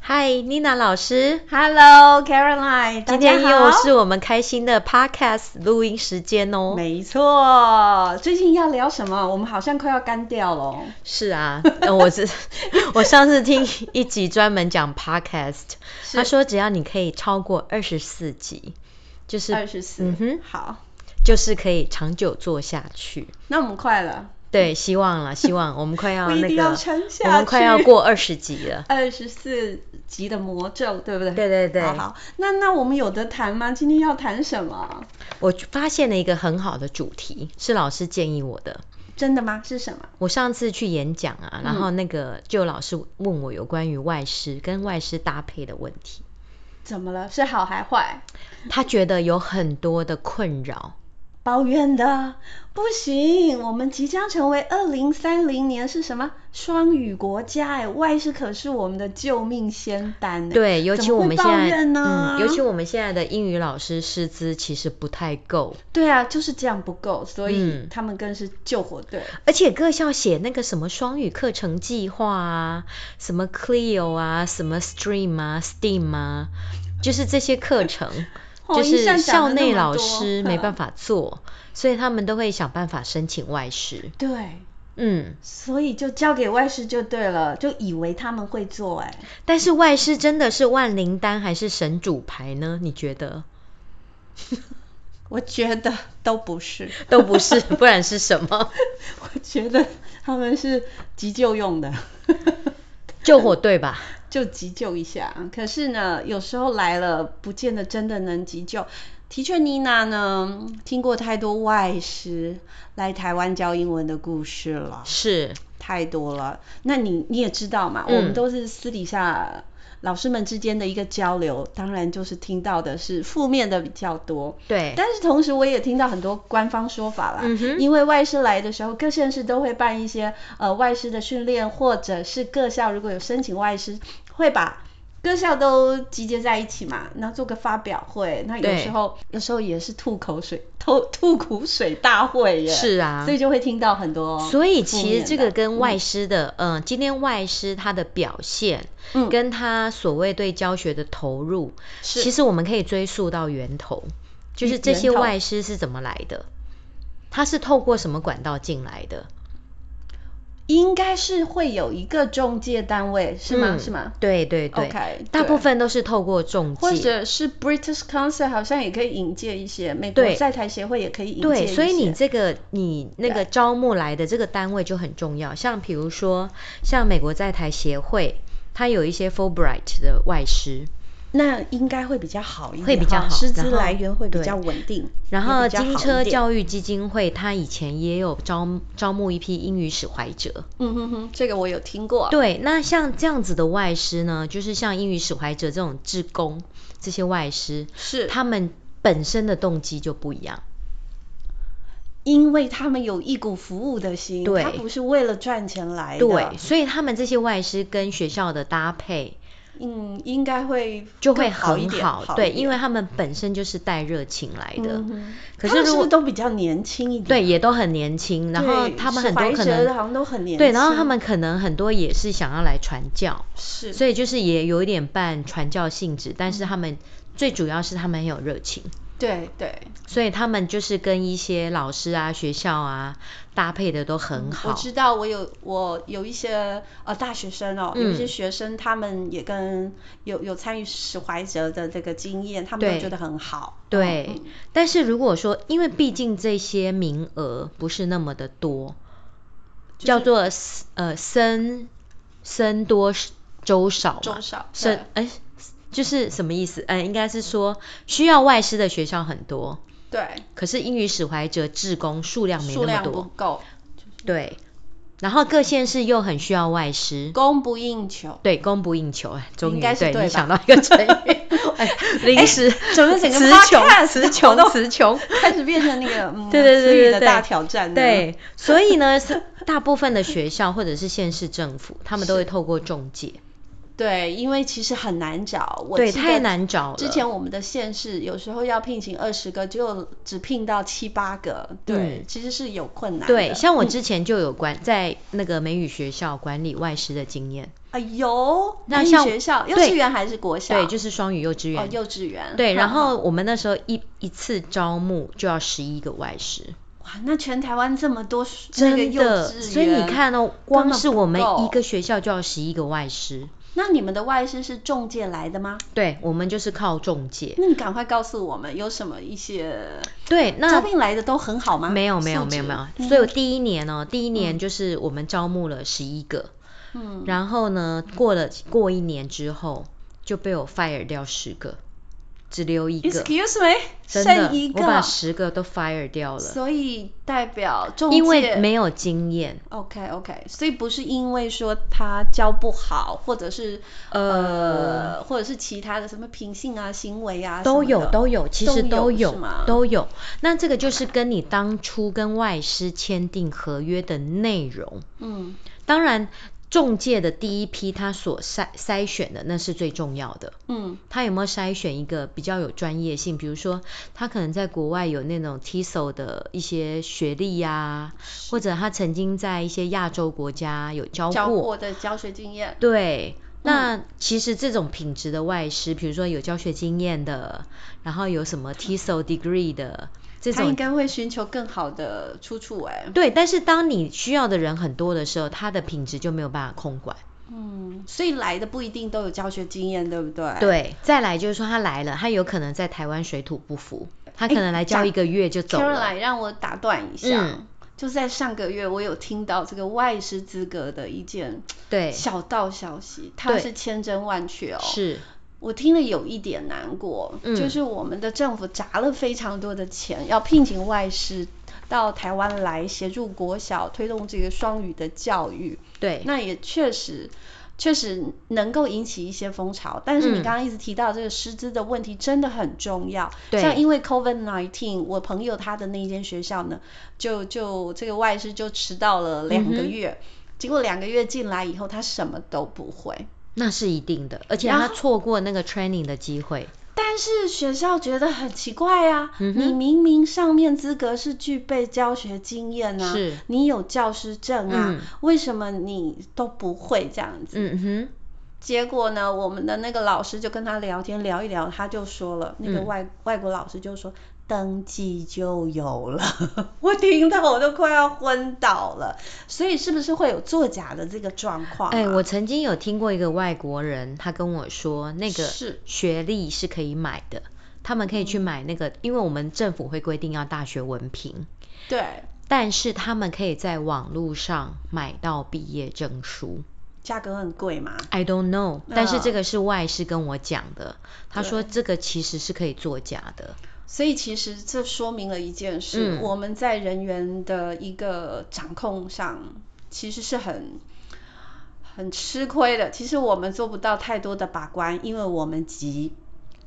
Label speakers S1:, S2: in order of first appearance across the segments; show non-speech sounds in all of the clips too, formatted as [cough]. S1: ，Nina 老师。
S2: Hello Caroline，
S1: 今天
S2: 大家好
S1: 又是我们开心的 Podcast 录音时间哦。
S2: 没错，最近要聊什么？我们好像快要干掉了。
S1: 是啊，呃我是我上次听一集专门讲 Podcast，
S2: [laughs] 是
S1: 他说只要你可以超过二十四集，就是
S2: 二十四，
S1: 嗯哼，
S2: 好，
S1: 就是可以长久做下去。
S2: 那我们快了，
S1: 对，希望
S2: [laughs]
S1: 了，希望我们快要
S2: 我一
S1: 那
S2: 定
S1: 个，
S2: 要撑下
S1: 我们快
S2: 去
S1: 要过二十集了。
S2: 二十四集的魔咒，对 [laughs] 不对？
S1: 对对对
S2: 好好，那那我们有得谈吗？今天要谈什么？
S1: 我发现了一个很好的主题，是老师建议我的。
S2: 真的吗？是什么？
S1: 我上次去演讲啊，
S2: 嗯
S1: 然后那个就老师问我有关于外师跟外师搭配的问题，
S2: 怎么了？是好还坏？
S1: 他觉得有很多的困
S2: [laughs]
S1: 扰。
S2: 抱怨的不行，我们即将成为二零三零年是什么双语国家哎，外事可是我们的救命仙丹哎
S1: 对，尤其
S2: 怎么
S1: 我
S2: 会
S1: 们现在
S2: 抱，怨呢
S1: 嗯，尤其我们现在的英语老师师资其实不太够，
S2: 对啊，就是这样不够，所以
S1: 嗯
S2: 他们更是救火队。。
S1: 而且各校写那个什么双语课程计划啊，什么 Clio 啊，什么 Stream 啊，Steam 啊，就是这些课程
S2: [laughs] 哦
S1: 就
S2: 一
S1: 是
S2: 下讲
S1: 校
S2: 了那
S1: 内
S2: 么
S1: 老
S2: 多
S1: 师
S2: 嗯
S1: 没办法做，所以他们都会想办法申请外师。
S2: 对，
S1: 嗯，
S2: 所以就交给外事就对了，就以为他们会做哎。
S1: 但是外师真的是万灵丹还是神主牌呢？你觉得？
S2: 我觉得 [laughs] 都不是，
S1: 都不是，不然是什么？
S2: 我觉得他们是急救用的。 [laughs]
S1: 救火队吧？
S2: 就急救一下。可是呢，有时候来了，不见得真的能急救。的确，妮娜呢，听过太多外师来台湾教英文的故事了，
S1: 是，
S2: 太多了。那你你也知道嘛，
S1: 嗯
S2: 我们都是私底下老师们之间的一个交流，当然就是听到的是负面的比较多。
S1: 对，
S2: 但是同时，我也听到很多官方说法啦，
S1: 嗯哼
S2: 因为外师来的时候，各县市都会办一些呃外师的训练，或者是各校如果有申请外师，会把各校都集结在一起嘛，然后做个发表会。那有
S1: 对
S2: 时候有时候也是吐口水、吐吐苦水大会耶，
S1: 是啊
S2: 所以就会听到很多负面的。
S1: 所以其实这个跟外师的，嗯、今天外师他的表现，
S2: 嗯
S1: 跟他所谓对教学的投入，其实我们可以追溯到源头，就是这些
S2: 源头
S1: 外师是怎么来的，他是透过什么管道进来的，
S2: 应该是会有一个中介单位是吗？
S1: 嗯
S2: 是吗？
S1: 对对对
S2: OK，
S1: 大
S2: 对
S1: 部分都是透过中介，
S2: 或者是 British Council 好像也可以引荐一些，美国
S1: 对
S2: 在台协会也可以引荐
S1: 对，
S2: 一
S1: 哎所以你
S2: 些
S1: 这个你那个招募来的这个单位就很重要，像比如说像美国在台协会，它有一些 Fulbright 的外师，
S2: 那应该会比较好一点，
S1: 会比较
S2: 哈
S1: 好
S2: 师
S1: 然
S2: 资
S1: 后
S2: 来源会比
S1: 对
S2: 较稳定，
S1: 然
S2: 也
S1: 后
S2: 比较
S1: 金
S2: 好一
S1: 车
S2: 点
S1: 教育基金会，它以前也有招招募一批英语史怀哲。
S2: 嗯哼哼，这个我有听过，
S1: 对，那像这样子的外师呢，就是像英语史怀哲这种志工，这些外师
S2: 是
S1: 他们本身的动机就不一样。
S2: 因为他们有一股服务的心，
S1: 对
S2: 他不是为了赚钱来的，
S1: 对，，所以他们这些外师跟学校的搭配，
S2: 嗯，应该会
S1: 就会
S2: 更好一
S1: 很
S2: 点，
S1: 好，
S2: 好
S1: 对，
S2: 一点
S1: 因为他们本身就是带热情来的。
S2: 嗯哼
S1: 可
S2: 他们
S1: 如
S2: 是不
S1: 果
S2: 是都比较年轻一点？
S1: 对，也都很年轻，然后
S2: 对
S1: 他们
S2: 史
S1: 很多
S2: 怀
S1: 可
S2: 哲
S1: 能
S2: 的好像都很年
S1: 对，然后他
S2: 轻
S1: 们可能很多也是想要来传教，
S2: 是，嗯
S1: 所以就是也有一点半传教性质，但是他们最主要是他们很有热情，
S2: 对对，
S1: 所以他们就是跟一些老师啊、学校啊搭配的都很
S2: 嗯我
S1: 好。
S2: 知道，我有我有一些呃大学生哦，有一些学生他们也跟有有参与史怀哲的这个经验，他们都
S1: 对
S2: 觉得很好。
S1: 对
S2: 嗯，
S1: 哎但是如果说，因为毕竟这些名额不是那么的多，叫做 s- 呃僧僧多粥少嘛，
S2: 周少
S1: 僧哎、就是什么意思？嗯、应该是说需要外师的学校很多，
S2: 对，
S1: 可是英语史怀哲志工数量没
S2: 数
S1: 那么
S2: 量不
S1: 多，
S2: 够，
S1: 对。然后各县市又很需要外师，
S2: 供不应求。
S1: 对，供不应求，哎，终于
S2: 应该是
S1: 对
S2: 对吧
S1: 你想到一个成
S2: [laughs]
S1: 语，哎，临时
S2: 怎么整个
S1: 词
S2: podcast
S1: 穷，词穷，词穷。
S2: 开始变成那个嗯，
S1: 对对对
S2: 词语
S1: 对
S2: 的
S1: 对
S2: 大挑战呢。
S1: 对，所 [laughs] 以呢，是大部分的学校或者是县市政府，他们都会透过中介。
S2: 对，因为其实很难找，我
S1: 对，
S2: 记得
S1: 太难找了。
S2: 之前我们的县市有时候要聘请二十个，就只聘到七八个，对，
S1: 嗯
S2: 其实是有困难的。
S1: 对，像我
S2: 嗯、
S1: 之前就有管、在那个美语学校管理外师的经验，
S2: 哎呦，
S1: 那
S2: 那
S1: 像
S2: 学校幼
S1: 对
S2: 稚园还是国小？
S1: 对，就是双语幼稚园。
S2: 哦，幼稚园。
S1: 对，
S2: 哼
S1: 然
S2: 哼
S1: 后我们那时候一一次招募就要十一个外师，
S2: 哇，那全台湾这么多那个
S1: 真
S2: 幼
S1: 的。
S2: 稚园，
S1: 所以你看哦，
S2: 根
S1: 光
S2: 本
S1: 是
S2: 不
S1: 我们
S2: 够
S1: 一个学校就要十一个外师，
S2: 那你们的外师是中介来的吗？
S1: 对我们就是靠中介。
S2: 那你赶快告诉我们有什么一些
S1: 对，那
S2: 招聘来的都很好吗？
S1: 没有没有
S2: 素
S1: 没
S2: 质嗯
S1: 有没有，所以我第一年哦，第一年就是我们招募了十一个，
S2: 嗯，
S1: 然后呢，过了过一年之后就被我 fire 掉十个，只留一个，
S2: Excuse me，
S1: 真
S2: 剩一
S1: 的，我把
S2: 个，
S1: 十个都 fire 掉了，
S2: 所以代表中介
S1: 因为没有经验。
S2: OK OK，所以不是因为说他教不好，或者是
S1: 呃
S2: 呃，或者是其他的什么品性啊、行为啊，
S1: 都有都
S2: 有。
S1: 有，其实
S2: 都
S1: 都
S2: 有
S1: 有
S2: 是吗
S1: 都有。那这个就是跟你当初跟外师签订合约的内容。
S2: 嗯，
S1: 当然，中介的第一批他所筛筛选的那是最重要的。
S2: 嗯，
S1: 他有没有筛选一个比较有专业性？比如说，他可能在国外有那种 TESOL 的一些学历呀、或者他曾经在一些亚洲国家有教
S2: 教过嗯的教学经验，
S1: 对，那其实这种品质的外师，比如说有教学经验的，然后有什么 TESOL degree 的这
S2: 他应
S1: 种，
S2: 该会寻求更好的出处哎、
S1: 对。但是当你需要的人很多的时候，他的品质就没有办法控管。
S2: 嗯，所以来的不一定都有教学经验，对不对？
S1: 对，再来就是说他来了，他有可能在台湾水土不服，他可能来教
S2: 讲
S1: 一个月就走了。
S2: Caroline，让我打断一下。
S1: 嗯
S2: 就在上个月，我有听到这个外师资格的一件
S1: 对，
S2: 小道消息，它
S1: 对
S2: 是千真万确哦。
S1: 是，
S2: 我听了有一点难过，
S1: 嗯
S2: 就是我们的政府砸了非常多的钱，要聘请外师到台湾来协助国小推动这个双语的教育。
S1: 对，
S2: 那也确实。确实能够引起一些风潮，但是你
S1: 嗯
S2: 刚刚一直提到这个师资的问题真的很重要。
S1: 对
S2: 像因为 COVID nineteen，我朋友他的那间学校呢，就就这个外师就迟到了两
S1: 嗯
S2: 个
S1: 哼
S2: 月，结果两个月进来以后，他什么都不会。
S1: 那是一定的，而且
S2: 然
S1: 他错过那个 training 的机会。
S2: 但是学校觉得很奇怪呀、啊，
S1: 嗯哼
S2: 你明明上面资格是具备教学经验啊，
S1: 是
S2: 你有教师证啊，
S1: 嗯
S2: 为什么你都不会这样子？
S1: 嗯哼，
S2: 结果呢，我们的那个老师就跟他聊天聊一聊，他就说了，
S1: 嗯
S2: 那个外、外国老师就说。登记就有了， [laughs] 我听到我都快要昏倒了。所以是不是会有作假的这个状况、啊？
S1: 哎、我曾经有听过一个外国人，他跟我说，那个
S2: 是
S1: 学历是可以买的，他们可以去买那个，因为我们政府会规定要大学文凭，
S2: 对
S1: 但是他们可以在网络上买到毕业证书。
S2: 价格很贵嘛？
S1: I don't know，
S2: 嗯
S1: 但是这个是外师跟我讲的，他说这个其实是可以作假的。
S2: 所以其实这说明了一件事，
S1: 嗯
S2: 我们在人员的一个掌控上其实是很很吃亏的。其实我们做不到太多的把关，因为我们急。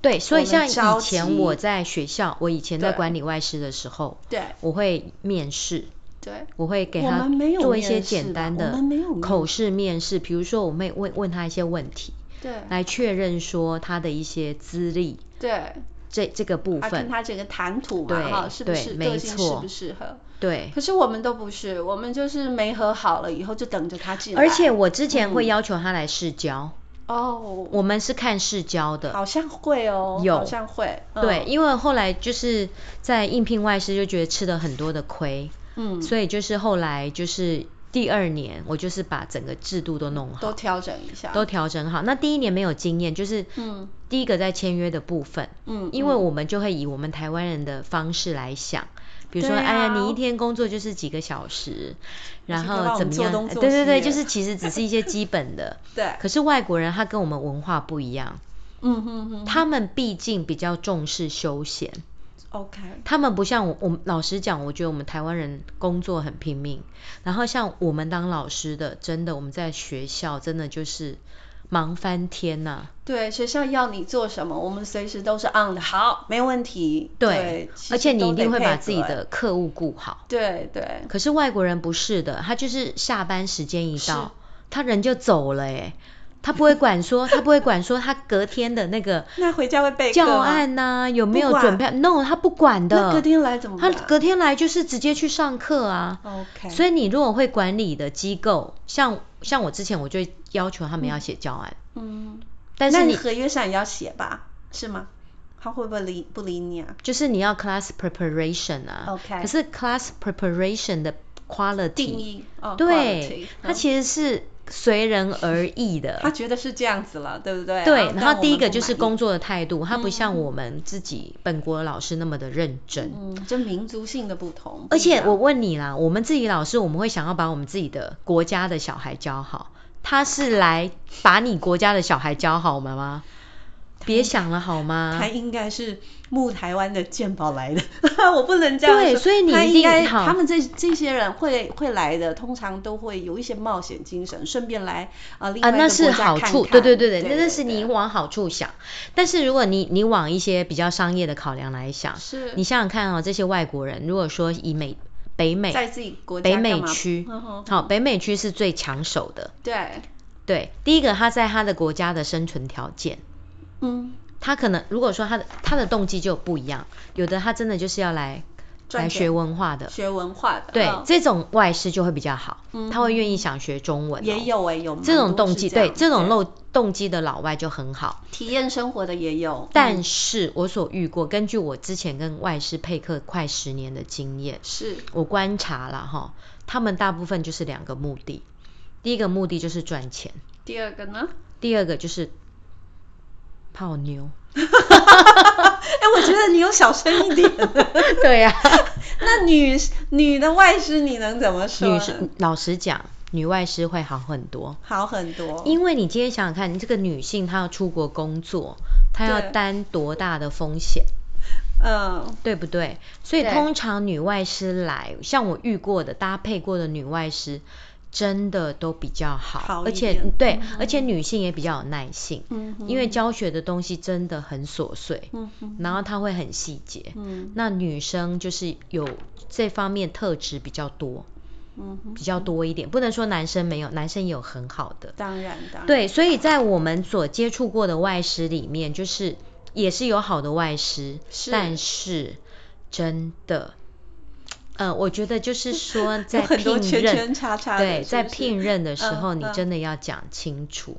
S1: 对，所以
S2: 我们
S1: 像
S2: 着
S1: 以
S2: 急
S1: 前我在学校，我以前在
S2: 对
S1: 管理外师的时候，
S2: 对
S1: 我会面试，
S2: 对，
S1: 我会给
S2: 我
S1: 他
S2: 们没有
S1: 做一些
S2: 面试吧
S1: 简单
S2: 我
S1: 的
S2: 们没有面
S1: 口试面试，比如说我们问问他一些问题，
S2: 对
S1: 来确认说他的一些资历
S2: 对，
S1: 这这个部
S2: 啊，跟
S1: 分，
S2: 他整个谈吐嘛，
S1: 对
S2: 哈，是不
S1: 对
S2: 是
S1: 没
S2: 个性适
S1: 错
S2: 不适合？
S1: 对。
S2: 可是我们都不是，我们就是没和好了以后就等着他进来。嗯
S1: 而且我之前会要求他来试教，
S2: 哦，
S1: 我们是看试教的，
S2: 好像会哦，
S1: 有
S2: 好像会，嗯
S1: 对，，因为后来就是在应聘外师就觉得吃了很多的亏，
S2: 嗯，
S1: 所以就是后来就是第二年我就是把整个制度都弄好，
S2: 都调整一下，
S1: 都调整好。那第一年没有经验，就是
S2: 嗯
S1: 第一个在签约的部分，
S2: 嗯，
S1: 因为我们就会以我们台湾人的方式来想，比如说，
S2: 对啊
S1: 哎呀，你一天工作就是几个小时，然
S2: 可以让我
S1: 后怎么
S2: 们做
S1: 样？
S2: 东
S1: 哎
S2: 做
S1: 对对对，
S2: 西
S1: 就是其实只是一些基本的。
S2: [laughs] 对，
S1: 可是外国人他跟我们文化不一样，
S2: 嗯哼哼
S1: 他们毕竟比较重视休闲，
S2: ，OK，
S1: 他们不像我，我们老实讲，我觉得我们台湾人工作很拼命，然后像我们当老师的，真的我们在学校真的就是忙翻天呐、
S2: 对，学校要你做什么，我们随时都是 on 的，好，没问题，
S1: 对，
S2: 其
S1: 而且
S2: 实
S1: 你
S2: 都
S1: 一定
S2: 得
S1: 会
S2: 配
S1: 把
S2: 合欸
S1: 自己，的客户顾好。
S2: 对对，
S1: 可是外国人不是的，他就是下班时间一到，他人就走了哎，他不会管说，他不会管说他隔天的那个
S2: [laughs] 那回家会备课
S1: 教
S2: 吗
S1: 案呐、有没
S2: 不
S1: 有
S2: 管
S1: 准备？No，他不管的。
S2: 那隔天来怎么哦
S1: 他
S2: 办
S1: 隔天来就是直接去上课啊。
S2: OK
S1: 所以你如果会管理的机构，像像我之前我就会要求他们要写教案，
S2: 嗯，
S1: 但
S2: 那
S1: 是
S2: 你
S1: 你
S2: 合约上也要写吧？是吗？他会不会理不理你啊？
S1: 就是你要 class preparation 啊。
S2: OK
S1: 可是 class preparation 的 quality
S2: 定义哦
S1: 对
S2: quality，
S1: 它其实是随人而异的。
S2: 他觉得是这样子了，对不对？
S1: 对
S2: 啊，
S1: 然后第一个就是，工
S2: 但
S1: 作的态度，它不像我们自己本国老师那么的认真。
S2: 我嗯们不满意嗯，就民族性的不同。
S1: 而且哎
S2: 不一
S1: 我
S2: 样
S1: 问你啦，我们自己老师，我们会想要把我们自己的国家的小孩教好，他是来把你国家的小孩教好们吗？别想了好吗
S2: 他？应该是慕台湾的鉴宝来的， [laughs] 我不能这样
S1: 对
S2: 说
S1: 所以你
S2: 他
S1: 一
S2: 应
S1: 定
S2: 该
S1: 好
S2: 他们这这些人会会来的，通常都会有一些冒险精神，顺便来啊、呃、另
S1: 啊，
S2: 外一个
S1: 那是
S2: 国家
S1: 好
S2: 看
S1: 处，
S2: 看
S1: 对
S2: 对
S1: 对对对，
S2: 对，
S1: 那是你往好处想。但是如果你你往一些比较商业的考量来想，
S2: 是
S1: 你想想看哦，这些外国人如果说以美北美
S2: 在自己国家
S1: 北美
S2: 干嘛
S1: 区，
S2: 嗯哼
S1: 好，北美区是最抢手的。
S2: 对，
S1: 对，第一个他在他的国家的生存条件，
S2: 嗯，
S1: 他可能如果说他的他的动机就不一样，有的他真的就是要来来学文化的，
S2: 学文化的
S1: 对、
S2: 嗯
S1: 这种外师就会比较好，
S2: 嗯
S1: 他会愿意想学中文哦、
S2: 也有哎、有
S1: 这
S2: 蛮
S1: 种
S2: 多
S1: 动
S2: 是
S1: 机，
S2: 这样
S1: 对这种漏动机的老外就很好。
S2: 体验生活的也有，
S1: 但
S2: 嗯
S1: 是我所遇过，根据我之前跟外师配课快十年的经验，
S2: 是
S1: 我观察了哈，他们大部分就是两个目的，第一个目的就是赚钱，
S2: 第二个呢？ [laughs]
S1: 第二个就是泡妞。
S2: 哎、我觉得你有小声一点。 [laughs]
S1: 对啊呀、
S2: 那女女的外师你能怎么说呢？
S1: 女嗯生老实讲，女外师会好很多，
S2: 好很多，
S1: 因为你今天想想看，你这个女性她要出国工作，她要
S2: 对
S1: 担多大的风险，
S2: 嗯，
S1: 对不对？所以
S2: 对
S1: 通常女外师来，像我遇过的搭配过的女外师。真的都比较好，
S2: 好一
S1: 而且
S2: 点
S1: 对
S2: 嗯，
S1: 而且女性也比较有耐性，
S2: 嗯哼
S1: 因为教学的东西真的很琐碎，
S2: 嗯哼
S1: 然后她会很细节，
S2: 嗯
S1: 那女生就是有这方面特质比较多，
S2: 嗯哼，
S1: 比较多一点，不能说男生没有，男生也有很好的。
S2: 当然当然，
S1: 对，所以在我们所接触过的外师里面，就是也是有好的外师，
S2: 是
S1: 但是真的，呃，我觉得就是
S2: [laughs]
S1: 说在
S2: 很多
S1: 聘
S2: 圈圈
S1: 任，
S2: 叉叉的
S1: 对，
S2: 是不
S1: 在
S2: 是
S1: 聘任的时
S2: 嗯
S1: 候，你
S2: 嗯
S1: 真的要讲清楚。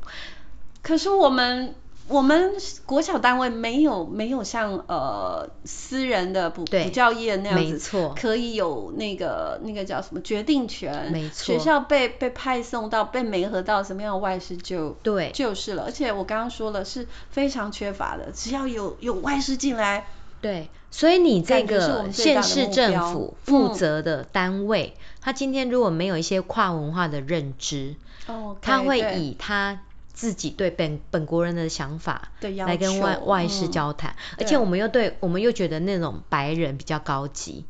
S2: 可是我们我们国小单位没有没有像呃私人的补
S1: 对
S2: 补教业那样子，
S1: 没错
S2: 可以有那个那个叫什么决定权，
S1: 没错
S2: 学校被被派送到被媒合到什么样的外事就
S1: 对
S2: 就是了，而且我刚刚说了是非常缺乏的，只要有有外事进来，
S1: 对，所以你这
S2: 感觉是我
S1: 个
S2: 们最大
S1: 县市
S2: 的目
S1: 政
S2: 标
S1: 府
S2: 嗯
S1: 负责的单位，他今天如果没有一些跨文化的认知，
S2: 哦，
S1: 他会
S2: 对
S1: 以他自己对本本国人的想法
S2: 的要
S1: 来跟外
S2: 求
S1: 外事
S2: 嗯
S1: 交谈，而
S2: 对
S1: 且我们又对我们又觉得那种白人比较高级，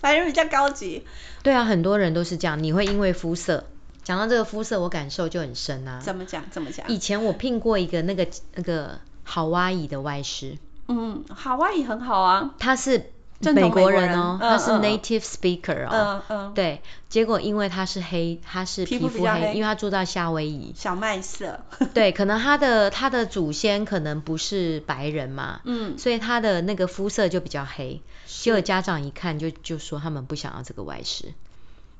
S2: 白人比较高级，
S1: 对啊，很多人都是这样，你会因为肤色，讲到这个肤色，我感受就很深啊。
S2: 怎么讲怎么讲，
S1: 以前我聘过一个那个那个好哇伊的外师，
S2: 嗯，好啊也很好啊，
S1: 他是
S2: 正统
S1: 美国
S2: 美国
S1: 人哦
S2: 人，
S1: 他是
S2: 嗯嗯嗯
S1: native speaker 哦
S2: 嗯，嗯，
S1: 对，结果因为他是黑，他是
S2: 皮
S1: 皮
S2: 肤
S1: 肤
S2: 比较黑
S1: 因为他住到夏威夷，
S2: 小麦色，
S1: [laughs] 对，可能他的他的祖先可能不是白人嘛，
S2: 嗯，
S1: 所以他的那个肤色就比较黑。结果家长一看就就说他们不想要这个外师，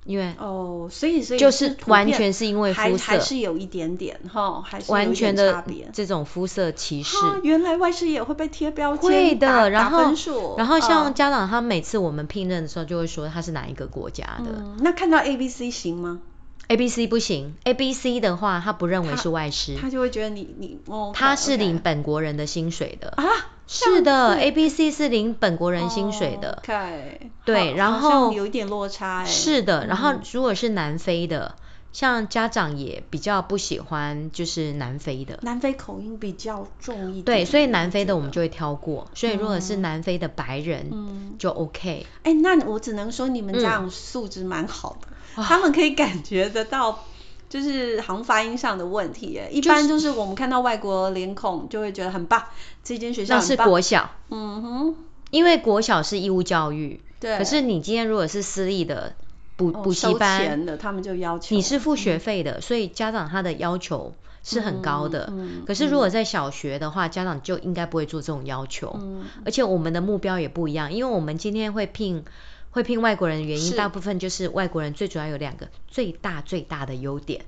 S1: 因为
S2: 哦，所以所以
S1: 就是
S2: 普遍
S1: 完全是因为
S2: 还
S1: 肤
S2: 还
S1: 色
S2: 是有一点点哈，还是有一
S1: 完
S2: 点
S1: 全
S2: 差
S1: 的
S2: 别。
S1: 这种肤色歧视。
S2: 啊，原来外事也会被贴标签，
S1: 会
S2: 打
S1: 的，然
S2: 打
S1: 后
S2: 分数，
S1: 然后像
S2: 嗯
S1: 家长他每次我们聘任的时候就会说他是哪一个国家的
S2: 嗯，那看到 A、B、C 行吗？
S1: ，A B C 不行，A B C 的话他不认为
S2: 他
S1: 是外师，
S2: 他就会觉得你你哦，
S1: 他是领
S2: 零
S1: 本国人的薪水的，
S2: 啊，
S1: 是的，A B C 是领本国人薪水的，
S2: 哦对
S1: 对然后
S2: 有一点落差哎，
S1: 是的，然后
S2: 嗯
S1: 如果是南非的，像家长也比较不喜欢就是南非的，
S2: 南非口音比较重一点，
S1: 对，所以
S2: 我
S1: 南非
S2: 觉
S1: 的我们
S2: 得
S1: 就会挑过，所以如果是
S2: 嗯
S1: 南非的白人，
S2: 嗯
S1: 就 OK。
S2: 哎，那我只能说你们
S1: 嗯啊
S2: 家长素质蛮好的，他们可以感觉得到，就是好像发音上的问题耶。一般就是我们看到外国脸孔就会觉得很棒，这间学校
S1: 那
S2: 很
S1: 是
S2: 棒。
S1: 国小，
S2: 嗯哼，
S1: 因为国小是义务教育，
S2: 对
S1: 可是你今天如果是私立的，补
S2: 哦
S1: 补习
S2: 收
S1: 班
S2: 钱的，他们就要求
S1: 你是付学费的，所以家长他的要求是很高的。
S2: 嗯嗯
S1: 可是如果在小学的话，家长就应该不会做这种要求，
S2: 嗯
S1: 而且我们的目标也不一样，因为我们今天会聘。会聘外国人的原因，
S2: 是
S1: 大部分就是外国人最主要有两个最大最大的优点，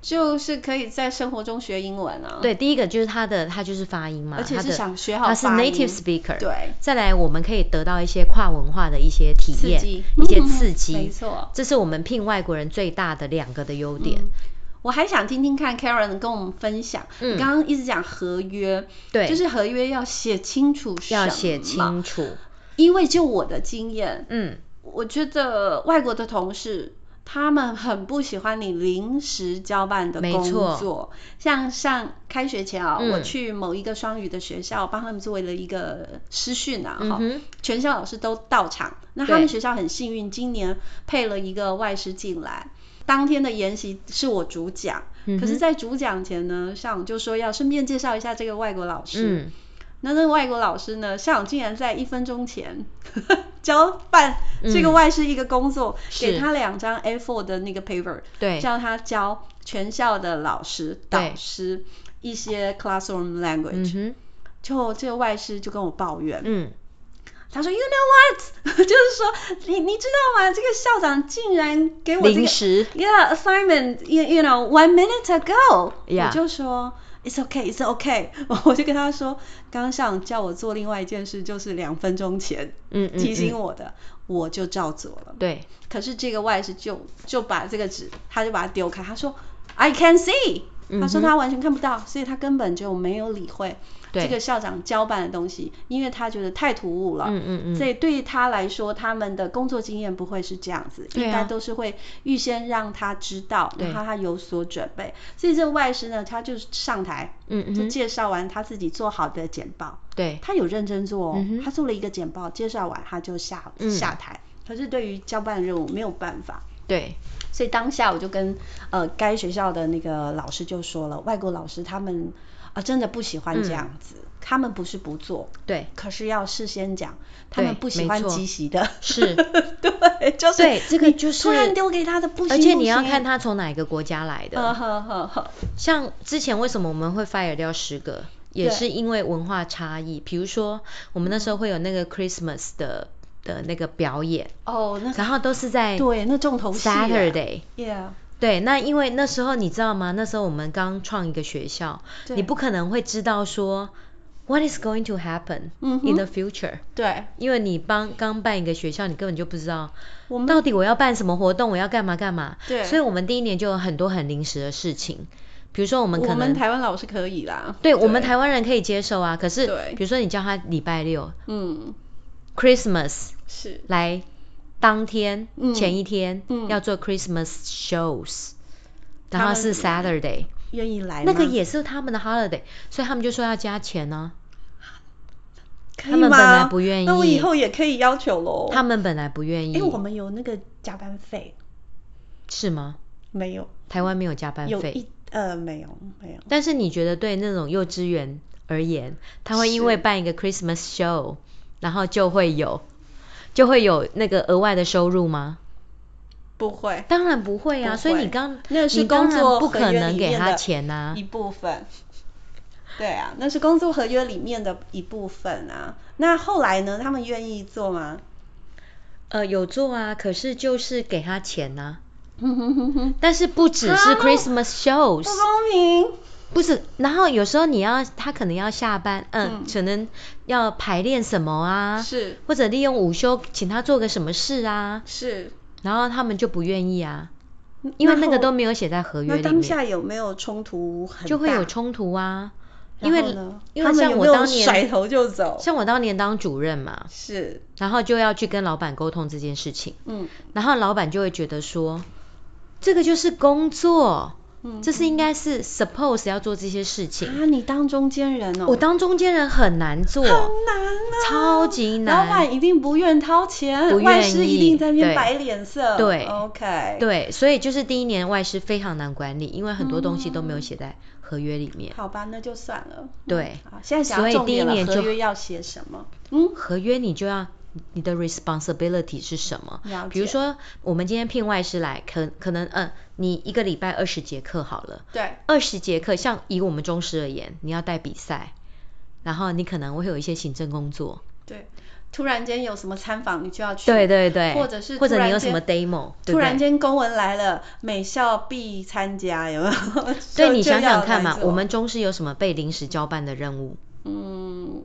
S2: 就是可以在生活中学英文啊，
S1: 对，第一个就是他的他就是发音嘛，
S2: 而且
S1: 他
S2: 是
S1: 的
S2: 想学好
S1: 他是
S2: 发音
S1: native speaker，
S2: 对，
S1: 再来我们可以得到一些跨文化的一些体
S2: 刺
S1: 验
S2: 激，
S1: 一些
S2: 嗯 [laughs]
S1: 刺激，
S2: 没错。
S1: 这是我们聘外国人最大的两个的优点。
S2: 我还想听听看 Karen 跟我们分享，你刚刚一直讲合约，
S1: 嗯对，
S2: 就是合约要写清楚什么，
S1: 要写清楚，
S2: 因为就我的经验，
S1: 嗯，
S2: 我觉得外国的同事。他们很不喜欢你临时交办的
S1: 没
S2: 工
S1: 错
S2: 作，像上开学前啊、
S1: 嗯
S2: 我去某一个双语的学校帮他们做了一个师训啊，
S1: 嗯
S2: 哈、
S1: 哼，
S2: 全校老师都到场。那他们学校很幸运，今年配了一个外师进来。当天的研习是我主讲，
S1: 嗯
S2: 可是，在主讲前呢，校长就说要顺便介绍一下这个外国老师。
S1: 嗯，
S2: 那那个外国老师呢，校长竟然在一分钟前 [laughs] 交办这个外师一个工作，
S1: 嗯是
S2: 给他两张 A4 的那个 paper，
S1: 对，
S2: 叫他教全校的老师、导师一些 classroom
S1: 嗯
S2: language。
S1: 哼，
S2: 就这个外师就跟我抱怨，
S1: 嗯，
S2: 他说 You know what？就是说 [laughs] 你你知道吗？这个校长竟然给我这
S1: 零
S2: 个
S1: 食，
S2: Yeah assignment you you know one minute ago，、
S1: Yeah
S2: 我就说 It's okay, It's okay，我 [laughs] 就跟他说，刚刚校长叫我做另外一件事，就是两分钟前
S1: 嗯嗯，
S2: 提醒
S1: 嗯
S2: 我的，我就照做了。
S1: 对，
S2: 可是这个外事就就把这个纸，他就把它丢开，他说 I can see，他说
S1: 嗯哼
S2: 他完全看不到，所以他根本就没有理会
S1: 对
S2: 这个校长交办的东西，因为他觉得太突兀了。
S1: 嗯嗯嗯，
S2: 所以对他来说，他们的工作经验不会是这样子，
S1: 对啊
S2: 应该都是会预先让他知道，
S1: 对
S2: 然后他有所准备。所以这个外师呢，他就上台，
S1: 嗯嗯
S2: 就
S1: 哼，
S2: 介绍完他自己做好的简报，
S1: 对，
S2: 他有认真做哦，
S1: 嗯哼
S2: 他做了一个简报，介绍完他就下、
S1: 嗯
S2: 下台。可是对于交办任务没有办法，
S1: 对，
S2: 所以当下我就跟呃该学校的那个老师就说了，外国老师他们啊、真的不喜欢这样子，他们不是不做，
S1: 嗯对，
S2: 可是要事先讲，他们
S1: 对
S2: 不喜
S1: 没
S2: 欢
S1: 错
S2: 即席的，
S1: 是
S2: [laughs] 对，就是
S1: 对这个
S2: 你
S1: 就是
S2: 突然丢给他的不行，
S1: 而且你要
S2: 不行
S1: 看，他从哪一个国家来的，
S2: 呵呵呵呵，
S1: 像之前为什么我们会 fire 掉十个，也
S2: 对
S1: 是因为文化差异。比如说，我们那时候会有那个 Christmas 的的那个表演，
S2: 哦，那
S1: 然后都是在
S2: 对，那重头戏啊
S1: Saturday。
S2: ，yeah，
S1: 对，那因为那时候你知道吗？那时候我们刚创一个学校，
S2: 对
S1: 你不可能会知道说 what is going to happen
S2: 嗯哼
S1: in the future，、
S2: 对，
S1: 因为你帮刚办一个学校，你根本就不知道
S2: 我们
S1: 到底我要办什么活动，我要干嘛干嘛。
S2: 对
S1: 所以我们第一年就有很多很临时的事情，比如说我们可
S2: 我
S1: 能
S2: 们台湾老师可以啦，
S1: 对我们台湾人可以接受啊，可是
S2: 对
S1: 比如说你叫他礼拜六
S2: 嗯，
S1: Christmas
S2: 是，
S1: 来当天、
S2: 嗯
S1: 前一天、
S2: 嗯
S1: 要做 Christmas shows，
S2: 他
S1: 然后
S2: 们
S1: 是 Saturday，
S2: 愿意来吗
S1: 那个也是他们的 holiday，所以他们就说要加钱呢、
S2: 可以
S1: 他们本
S2: 吗
S1: 来不愿
S2: 那我以
S1: 意
S2: 后也可以要求喽，
S1: 他们本来不愿意
S2: 哦因为，我们有那个加班费，
S1: 是吗？
S2: 没有，
S1: 台湾没有加班
S2: 有
S1: 费，
S2: 一呃没有没有，
S1: 但是你觉得对那种幼稚园而言，他会因为
S2: 是
S1: 办一个 Christmas show，然后就会有就会有那个额外的收入吗？
S2: 不会，
S1: 当然不会啊，
S2: 不
S1: 所以你
S2: 会
S1: 刚
S2: 那是
S1: 你当
S2: 工
S1: 然
S2: 作
S1: 不
S2: 合
S1: 可
S2: 约
S1: 能
S2: 里
S1: 给
S2: 面
S1: 他
S2: 的
S1: 钱啊呐、
S2: 一部分。对啊，那是工作合约里面的一部分啊。那后来呢？他们愿意做吗？
S1: 呃，有做啊，可是就是给他钱呐、嗯
S2: 哼哼哼哼
S1: 但是不只是
S2: 啊
S1: Christmas
S2: 不
S1: shows，
S2: 公平。
S1: 不是，然后有时候你要他可能要下班，嗯，
S2: 嗯
S1: 可能要排练什么啊，
S2: 是
S1: 或者利用午休请他做个什么事啊，
S2: 是，
S1: 然后他们就不愿意啊，因为那个都没有写在合约
S2: 那
S1: 里
S2: 当
S1: 面，
S2: 下有没有冲突很大？
S1: 就会有冲突啊。因
S2: 然
S1: 为
S2: 后呢，
S1: 因
S2: 他
S1: 为
S2: 们
S1: 像
S2: 有
S1: 我
S2: 没有
S1: 当年
S2: 甩头就走。
S1: 像我当年当主任嘛，
S2: 是，
S1: 然后就要去跟老板沟通这件事情。
S2: 嗯
S1: 然后老板就会觉得说，这个就是工作，
S2: 嗯。
S1: 这是应该是 suppose 要做这些事情。
S2: 啊，你当中间人哦，
S1: 我当中间人很难做，
S2: 很难啊，
S1: 超级难
S2: 老板一定不愿掏钱，
S1: 不
S2: 外
S1: 愿
S2: 师一
S1: 意
S2: 定在那边
S1: 对
S2: 摆脸色。
S1: 对
S2: ，OK，，
S1: 对，所以就是第一年外事非常难管理，因为很多东西都没有写在合约里面。
S2: 好吧，那就算了。
S1: 对
S2: 嗯，好现在讲
S1: 所
S2: 到
S1: 以
S2: 重
S1: 第一
S2: 点了，
S1: 年
S2: 合
S1: 就
S2: 约要写什么？嗯，
S1: 合约你就要你的 responsibility 是什么
S2: 了解？
S1: 比如说，我们今天聘外师来，可可能嗯，你一个礼拜二十节课好了，
S2: 对，
S1: 二十节课，像以我们中师而言，你要带比赛，然后你可能会有一些行政工作，
S2: 对，突然间有什么参访，你就要去。
S1: 对对对，
S2: 或者是
S1: 或
S2: 突
S1: 者
S2: 然
S1: 你有
S2: 间
S1: 什么 demo，对
S2: 突
S1: 不
S2: 然
S1: 对？
S2: 间公文来了，美校必参加，有没有？
S1: [laughs] 对
S2: 就
S1: 你
S2: 就
S1: 想
S2: 要
S1: 想看
S2: 来
S1: 嘛，
S2: 做
S1: 我们中师有什么被临时交办的任务？
S2: 嗯，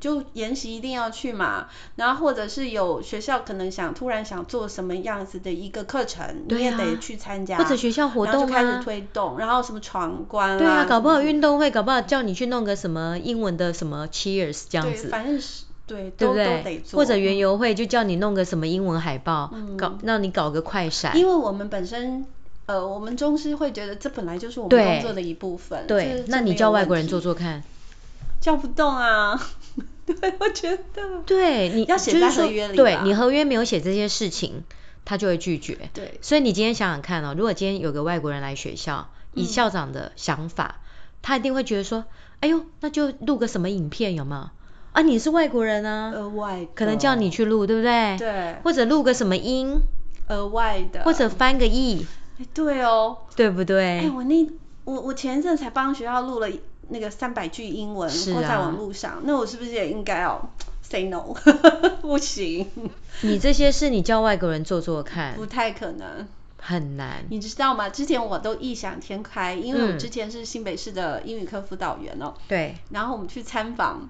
S2: 就研习一定要去嘛，然后或者是有学校可能想突然想做什么样子的一个课程，
S1: 对
S2: 你也
S1: 啊
S2: 得去参加，
S1: 或者学校活
S2: 然后
S1: 动
S2: 就
S1: 啊
S2: 开始推动，然后什么闯关
S1: 对啊，搞不好
S2: 什么
S1: 运动会，搞不好叫你去弄个什么英文的什么 cheers 这样
S2: 对，
S1: 子，
S2: 反正是对，
S1: 对不
S2: 都都得
S1: 对？
S2: 做，
S1: 或者园
S2: 嗯
S1: 游会就叫你弄个什么英文海报，
S2: 嗯
S1: 搞让你搞个快闪。
S2: 因为我们本身。呃，我们中师会觉得这本来就是我们
S1: 对
S2: 工作的一部分。这
S1: 对，那你叫外国人做，做看。
S2: 这没有问题叫不动啊。 [laughs] 对，我觉得。
S1: 对你
S2: 要写
S1: 就是
S2: 在合
S1: 说
S2: 约里
S1: 对
S2: 吧
S1: 你合约没有写这些事情，他就会拒绝。
S2: 对，
S1: 所以你今天想想看哦，如果今天有个外国人来学校，
S2: 嗯
S1: 以校长的想法，他一定会觉得说，哎呦，那就录个什么影片有没有？啊，你是外国人啊，
S2: 额外
S1: 可能叫你去录，对不对？
S2: 呃对
S1: 或者录个什么音，
S2: 额外的，
S1: 或者翻个译，
S2: 哎对哦，
S1: 对不对？
S2: 哎、我那我我前一阵才帮学校录了那个三百句英文，
S1: 是
S2: 挂在
S1: 啊
S2: 网络上，那我是不是也应该要 say no？不 [laughs] 行，
S1: 你这些事你叫外国人做做看，
S2: 不太可能。
S1: 很难。
S2: 你知道吗？之前我都异想天开，因为我
S1: 嗯
S2: 之前是新北市的英语科辅导员哦、
S1: 对，
S2: 然后我们去参访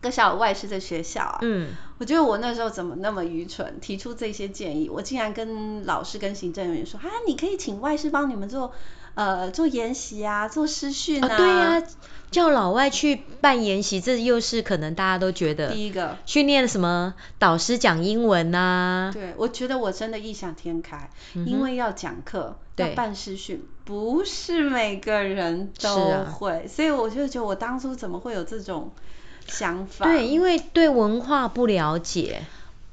S2: 各校有外师的学校啊，
S1: 嗯，
S2: 我觉得我那时候怎么那么愚蠢，提出这些建议，我竟然跟老师跟行政人员说啊，你可以请外师帮你们做呃做研习啊，做师训啊，
S1: 啊，对呀、叫老外去办研习，这又是可能大家都觉得
S2: 第一个。
S1: 训练什么导师讲英文啊呐、
S2: 对，我觉得我真的异想天开，因为要讲课，
S1: 嗯
S2: 要
S1: 对
S2: 办师训，不是每个人
S1: 是
S2: 都
S1: 啊
S2: 会，所以我就觉得我当初怎么会有这种想法？
S1: 对，因为对文化不了解，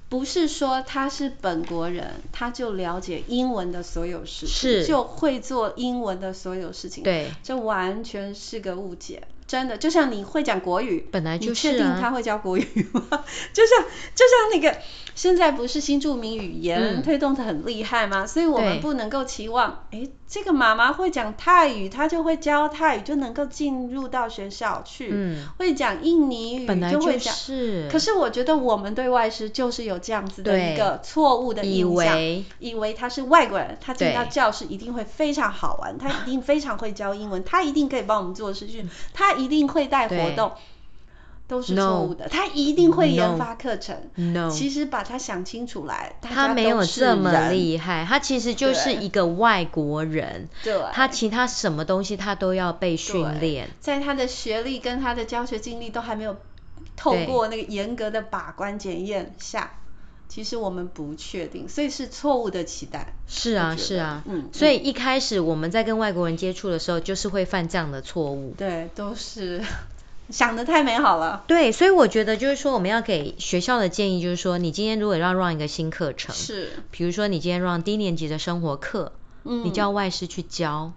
S2: 不是说他是本国人，他就了解英文的所有事情，
S1: 是
S2: 就会做英文的所有事情，
S1: 对，
S2: 这完全是个误解。真的，就像你会讲国语，
S1: 本来就
S2: 你
S1: 是
S2: 确定
S1: 啊
S2: 他会教国语吗？ [laughs] 就像就像那个现在不是新著名语言、
S1: 嗯
S2: 推动的很厉害吗？所以我们
S1: 对
S2: 不能够期望，诶，这个妈妈会讲泰语，她就会教泰语，就能够进入到学校去。
S1: 嗯，
S2: 会讲印尼语
S1: 本来
S2: 会
S1: 就
S2: 讲
S1: 是。
S2: 可是我觉得我们对外师就是有这样子的
S1: 对
S2: 一个错误的
S1: 以
S2: 印象，以
S1: 为
S2: 为他是外国人，他进到
S1: 对
S2: 教室一定会非常好玩，他一定非常会教英文，他一定可以帮我们做事情，他一定会带活
S1: 对
S2: 动，都是
S1: No
S2: 错误的，他一定会研
S1: No
S2: 发课程。
S1: no，
S2: 其实把他想清楚来，大家
S1: 他嗯没
S2: 都
S1: 有
S2: 是
S1: 这么
S2: 人
S1: 厉害，他其实就是
S2: 对
S1: 一个外国人，
S2: 对，
S1: 他其他什么东西他都要被训练。
S2: 在他的学历跟他的教学经历都还没有透
S1: 对
S2: 过那个严格的把关检验下，其实我们不确定，所以是错误的期待。
S1: 是
S2: 我
S1: 啊，
S2: 觉得
S1: 是啊，
S2: 嗯
S1: 所以一开始我们在跟外国人接触的时候，就是会犯这样的错误。
S2: 对，都是 [laughs] 想的太美好了。
S1: 对，所以我觉得就是说，我们要给学校的建议就是说，你今天如果要 run 一个新课程，
S2: 是，
S1: 比如说你今天 run 低年级的生活课，
S2: 嗯，，
S1: 你叫外师去教，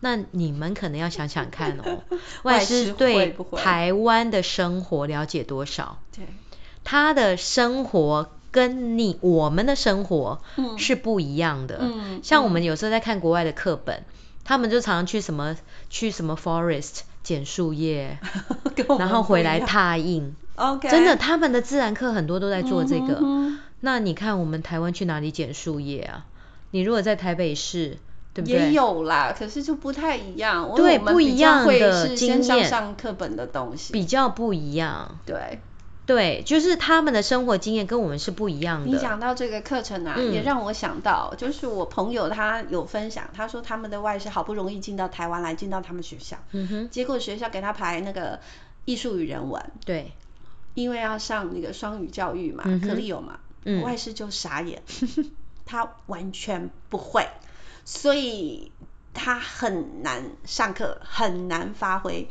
S1: 那你们可能要想想看哦
S2: [laughs]
S1: 外
S2: 嗯外师
S1: 师
S2: 会
S1: 对
S2: 不会
S1: 台湾的生活了解多少？
S2: 对，
S1: 他的生活跟你我们的生活
S2: 嗯
S1: 是不一样的。
S2: 嗯
S1: 像我们有时候在看国外的课本，他们就常常去什么去什么 forest 捡树
S2: [laughs]
S1: 叶，
S2: 跟我们
S1: 然后回来
S2: 不一样哦
S1: 拓印。
S2: OK，
S1: 真的，他们的自然课很多都在做这个。
S2: 嗯哼
S1: 那你看我们台湾去哪里捡树叶啊？你如果在台北市，对不
S2: 也
S1: 对？
S2: 有啦，可是就不太一样。因为
S1: 对
S2: 我们
S1: 不
S2: 比
S1: 一
S2: 较
S1: 样
S2: 会
S1: 的
S2: 是
S1: 经
S2: 先上
S1: 验
S2: 上课本的东西。
S1: 比较不一样。
S2: 对，
S1: 对，就是他们的生活经验跟我们是不一样
S2: 你
S1: 的。
S2: 讲到这个课程啊，
S1: 嗯
S2: 也让我想到，就是我朋友他有分享，他说他们的外师好不容易进到台湾来，进到他们学校，
S1: 嗯哼，
S2: 结果学校给他排那个艺术与人文，
S1: 对，
S2: 因为要上那个双语教育嘛，
S1: 嗯哼
S2: 克利有嘛，
S1: 嗯
S2: 外师就傻眼， [laughs] 他完全不会，所以他很难上课，很难发挥。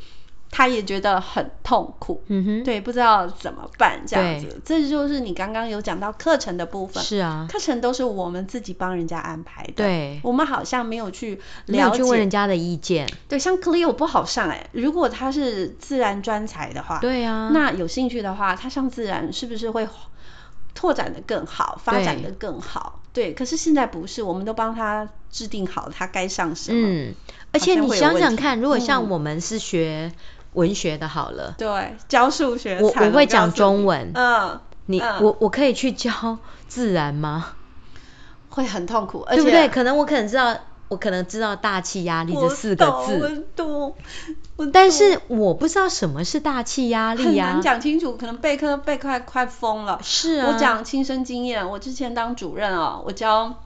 S2: 他也觉得很痛苦，
S1: 嗯哼，
S2: 对，不知道怎么办这
S1: 对
S2: 样子。这就是你刚刚有讲到课程的部分，
S1: 是啊，
S2: 课程都是我们自己帮人家安排的，
S1: 对
S2: 我们好像没有去
S1: 没有
S2: 了
S1: 去问
S2: 解。
S1: 人家的意见，
S2: 对，像 Cleo 不好上哎、如果他是自然专才的话，
S1: 对啊，
S2: 那有兴趣的话，他上自然是不是会拓展的更好，发展的更好？对，可是现在不是，我们都帮他制定好他该上什么。
S1: 嗯，而且
S2: 像
S1: 你
S2: 会有
S1: 想
S2: 问
S1: 想
S2: 题
S1: 看，如果像
S2: 嗯
S1: 我们是学文学的，好了，
S2: 对，教数学
S1: 我
S2: 惨
S1: 我
S2: 了
S1: 会
S2: 告诉
S1: 讲
S2: 你
S1: 中文，
S2: 嗯，
S1: 你
S2: 嗯
S1: 我我可以去教自然吗？
S2: 会很痛苦，而
S1: 对
S2: 且
S1: 不对？可能我可能知道，我可能知道大气压力这
S2: 我
S1: 四个
S2: 懂
S1: 字，，
S2: 我懂，
S1: 但是我不知道什么是大气压
S2: 我懂很
S1: 力
S2: 难
S1: 啊。
S2: 讲清楚，可能备课备快快疯了。
S1: 是啊，
S2: 我讲亲身经验，我之前当主任哦，我教